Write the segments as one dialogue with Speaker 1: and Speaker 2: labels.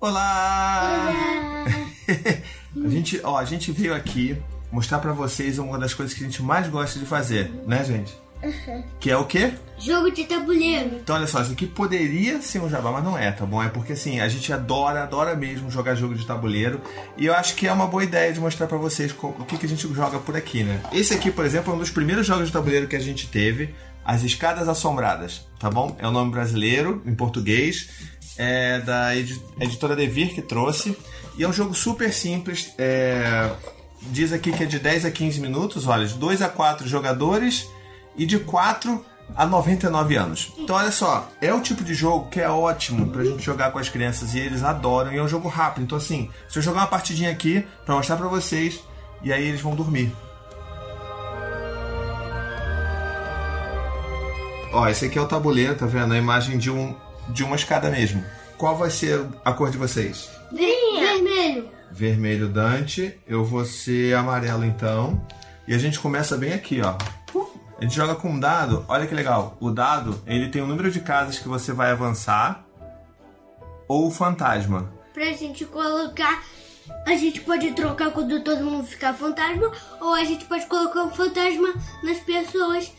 Speaker 1: Olá! a gente, ó, a gente veio aqui mostrar pra vocês uma das coisas que a gente mais gosta de fazer, né, gente? Que é o quê?
Speaker 2: Jogo de tabuleiro.
Speaker 1: Então, olha só, isso aqui poderia ser um jabá, mas não é, tá bom? É porque, assim, a gente adora, adora mesmo jogar jogo de tabuleiro. E eu acho que é uma boa ideia de mostrar pra vocês co- o que, que a gente joga por aqui, né? Esse aqui, por exemplo, é um dos primeiros jogos de tabuleiro que a gente teve. As Escadas Assombradas, tá bom? É o nome brasileiro, em português. É da edi- editora Devir que trouxe. E é um jogo super simples. é, Diz aqui que é de 10 a 15 minutos, olha, de 2 a 4 jogadores e de 4 a 99 anos. Então, olha só, é o tipo de jogo que é ótimo pra gente jogar com as crianças e eles adoram, e é um jogo rápido. Então, assim, se eu jogar uma partidinha aqui pra mostrar pra vocês, e aí eles vão dormir. Ó, esse aqui é o tabuleiro, tá vendo? A imagem de, um, de uma escada mesmo. Qual vai ser a cor de vocês?
Speaker 2: Vermelho.
Speaker 1: Vermelho Dante, eu vou ser amarelo então. E a gente começa bem aqui, ó. A gente joga com um dado, olha que legal. O dado, ele tem o número de casas que você vai avançar ou o fantasma.
Speaker 2: Pra gente colocar. A gente pode trocar quando todo mundo ficar fantasma. Ou a gente pode colocar o fantasma nas pessoas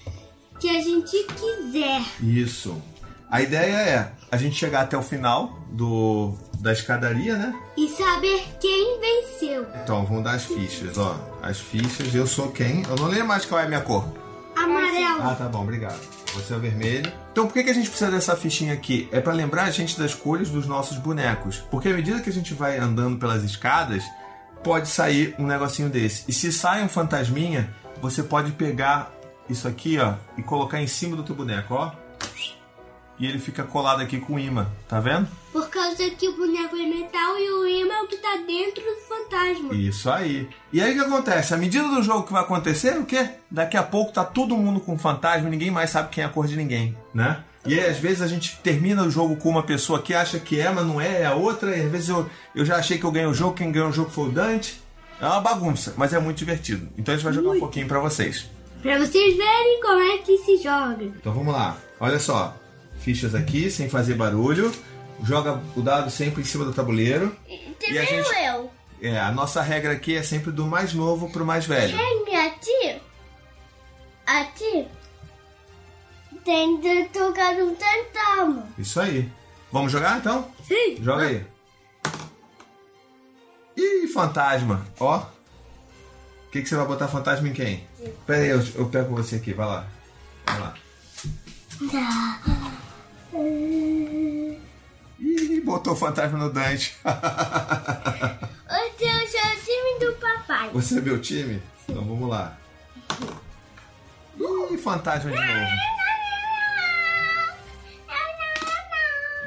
Speaker 2: que a gente quiser.
Speaker 1: Isso. A ideia é a gente chegar até o final do da escadaria, né?
Speaker 2: E saber quem venceu.
Speaker 1: Então, vamos dar as fichas, ó. As fichas, eu sou quem? Eu não lembro mais qual é a minha cor.
Speaker 2: Amarelo.
Speaker 1: Ah, tá bom, obrigado. Você é o vermelho. Então, por que que a gente precisa dessa fichinha aqui? É pra lembrar a gente das cores dos nossos bonecos. Porque à medida que a gente vai andando pelas escadas, pode sair um negocinho desse. E se sai um fantasminha, você pode pegar isso aqui, ó, e colocar em cima do teu boneco, ó. E ele fica colado aqui com imã, tá vendo?
Speaker 2: Por causa que o boneco é metal e o imã é o que tá dentro do fantasma.
Speaker 1: Isso aí. E aí o que acontece? À medida do jogo que vai acontecer, é o quê? Daqui a pouco tá todo mundo com fantasma e ninguém mais sabe quem é a cor de ninguém, né? E aí, às vezes, a gente termina o jogo com uma pessoa que acha que é, mas não é, é a outra. E às vezes eu, eu já achei que eu ganhei o jogo, quem ganhou o jogo foi o Dante. É uma bagunça, mas é muito divertido. Então a gente vai jogar um pouquinho pra vocês.
Speaker 2: Pra vocês verem como é que se joga.
Speaker 1: Então vamos lá. Olha só. Fichas aqui, sem fazer barulho. Joga o dado sempre em cima do tabuleiro. E a gente-
Speaker 2: eu.
Speaker 1: É, a nossa regra aqui é sempre do mais novo pro mais velho.
Speaker 2: Tem aqui, aqui, tem de tocar um tentamo.
Speaker 1: Isso aí. Vamos jogar então?
Speaker 2: Sim.
Speaker 1: Joga aí. Ih, fantasma. Ó. O que, que você vai botar fantasma em quem? Pera aí, eu, eu pego você aqui, vai lá. Vai lá.
Speaker 2: Hum,
Speaker 1: Ih, botou fantasma no Dante.
Speaker 2: Hoje eu sou o time do papai.
Speaker 1: você é meu time? Então vamos lá. Ih, fantasma de novo.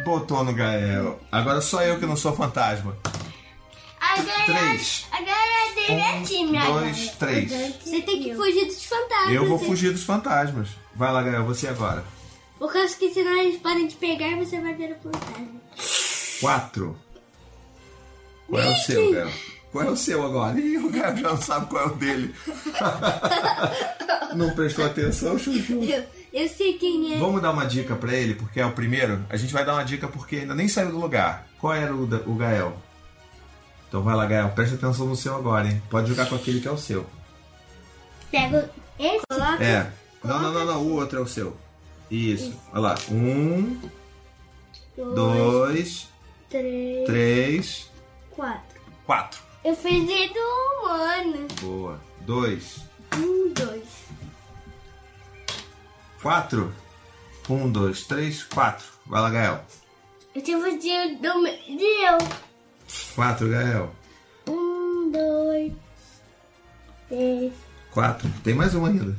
Speaker 1: Botou no Gael. Agora só eu que não sou fantasma.
Speaker 2: Agora,
Speaker 1: Três.
Speaker 2: agora dele é
Speaker 1: Um,
Speaker 2: time.
Speaker 1: dois,
Speaker 2: agora.
Speaker 1: três.
Speaker 2: Você tem que fugir dos fantasmas. né?
Speaker 1: Eu vou fugir dos fantasmas. Vai lá, Gael, você agora.
Speaker 2: Por causa que senão eles podem te pegar e você vai ver o fantasma.
Speaker 1: Quatro. Qual é o seu, Gael? Qual é o seu agora? Ih, o Gael já não sabe qual é o dele. não prestou atenção, Chuchu.
Speaker 2: Eu, eu sei quem é.
Speaker 1: Vamos dar uma dica pra ele, porque é o primeiro? A gente vai dar uma dica porque ainda nem saiu do lugar. Qual era o, da- o Gael? Então vai lá, Gael, presta atenção no seu agora, hein? Pode jogar com aquele que é o seu.
Speaker 2: Pega esse. Coloca.
Speaker 1: É. Não, não, não, não. O outro é o seu. Isso. Olha lá. Um, É, dois,
Speaker 2: um, três,
Speaker 1: três,
Speaker 2: quatro.
Speaker 1: quatro.
Speaker 2: Eu fiz de do humano.
Speaker 1: Boa. Dois,
Speaker 2: Um, dois.
Speaker 1: quatro. Um, dois, três, quatro. Vai lá, Gael.
Speaker 2: Eu te fugido do meu. De eu.
Speaker 1: Quatro, Gael.
Speaker 2: Um, dois, três.
Speaker 1: Quatro. Tem mais um ainda.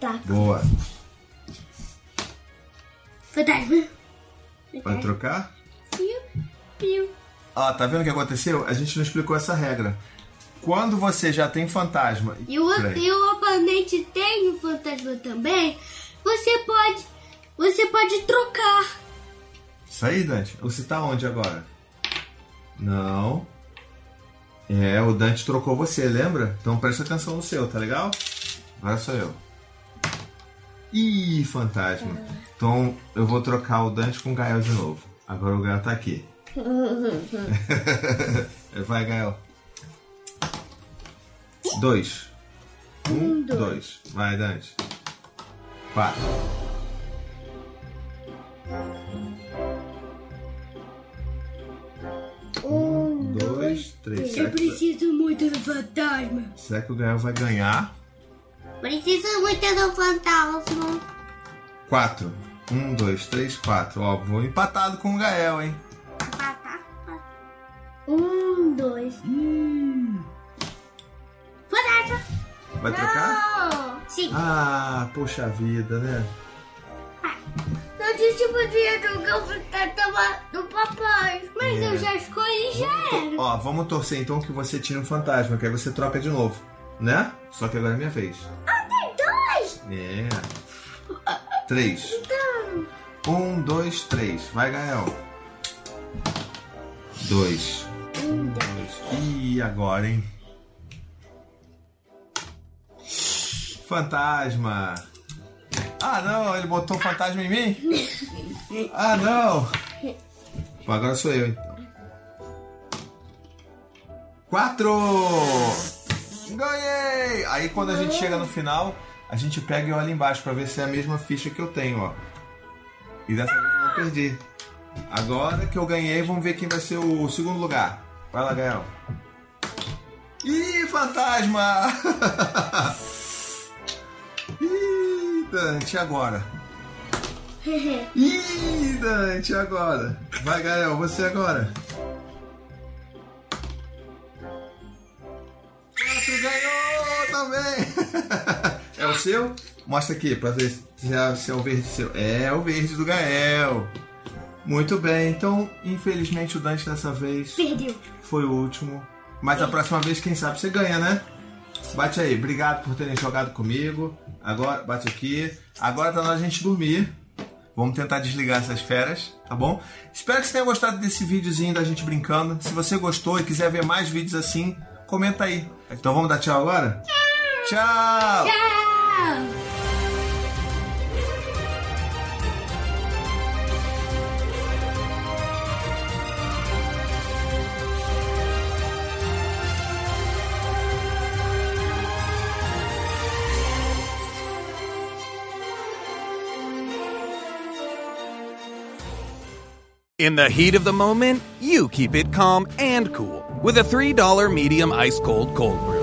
Speaker 2: Tá.
Speaker 1: Boa.
Speaker 2: Fantasma.
Speaker 1: Vai trocar?
Speaker 2: né? Piu, piu.
Speaker 1: Ó, tá vendo o que aconteceu? A gente não explicou essa regra. Quando você já tem fantasma.
Speaker 2: E o,
Speaker 1: Peraí.
Speaker 2: e o oponente tem um fantasma também. Você pode. Você pode trocar.
Speaker 1: Isso aí, Dante. Você tá onde agora? Não. É, o Dante trocou você, lembra? Então presta atenção no seu, tá legal? Agora sou eu. Ih, fantasma. Então eu vou trocar o Dante com o Gael de novo. Agora o Gael tá aqui. Vai, Gael. Dois. Um,
Speaker 2: dois.
Speaker 1: dois. Vai, Dante. Quatro.
Speaker 2: Um,
Speaker 1: Dois, três.
Speaker 2: Eu
Speaker 1: Será que,
Speaker 2: preciso muito do fantasma.
Speaker 1: será que o Gael vai ganhar?
Speaker 2: Preciso muito do fantasma.
Speaker 1: Quatro. Um, dois, três, quatro. Ó, vou empatado com o Gael, hein?
Speaker 2: Um, dois. Fantasma!
Speaker 1: Vai trocar?
Speaker 2: Não! Sim.
Speaker 1: Ah, poxa vida, né?
Speaker 2: Não disse que podia jogar o fantasma do papai. Mas eu já escolhi e já era.
Speaker 1: Ó, vamos torcer então que você tire um fantasma, que aí você troca de novo, né? Só que agora é minha vez.
Speaker 2: Dois!
Speaker 1: É. Três. Um, dois, três. Vai, Gael. Dois. Um, dois. E agora, hein? Fantasma. Ah, não. Ele botou fantasma em mim? Ah, não. Bom, agora sou eu, então. Quatro! Ganhei! Aí quando a gente chega no final, a gente pega e olha embaixo pra ver se é a mesma ficha que eu tenho, ó. E dessa vez eu não perdi. Agora que eu ganhei, vamos ver quem vai ser o segundo lugar. Vai lá, Gael. Ih, fantasma! Ih, Dante, e agora? Ih, Dante, e agora? Vai, Gael, você agora. Você ganhou também! é o seu? Mostra aqui pra ver se é, se é o verde seu. É o verde do Gael! Muito bem, então infelizmente o Dante dessa vez
Speaker 2: Perdeu.
Speaker 1: foi o último. Mas a próxima vez, quem sabe, você ganha, né? Bate aí, obrigado por terem jogado comigo. Agora, bate aqui. Agora tá na hora de a gente dormir. Vamos tentar desligar essas feras, tá bom? Espero que você tenha gostado desse videozinho da gente brincando. Se você gostou e quiser ver mais vídeos assim, comenta aí. Então vamos dar tchau agora? Tchau!
Speaker 2: Ah!
Speaker 3: In the heat of the moment, you keep it calm and cool with a $3 medium ice cold cold brew.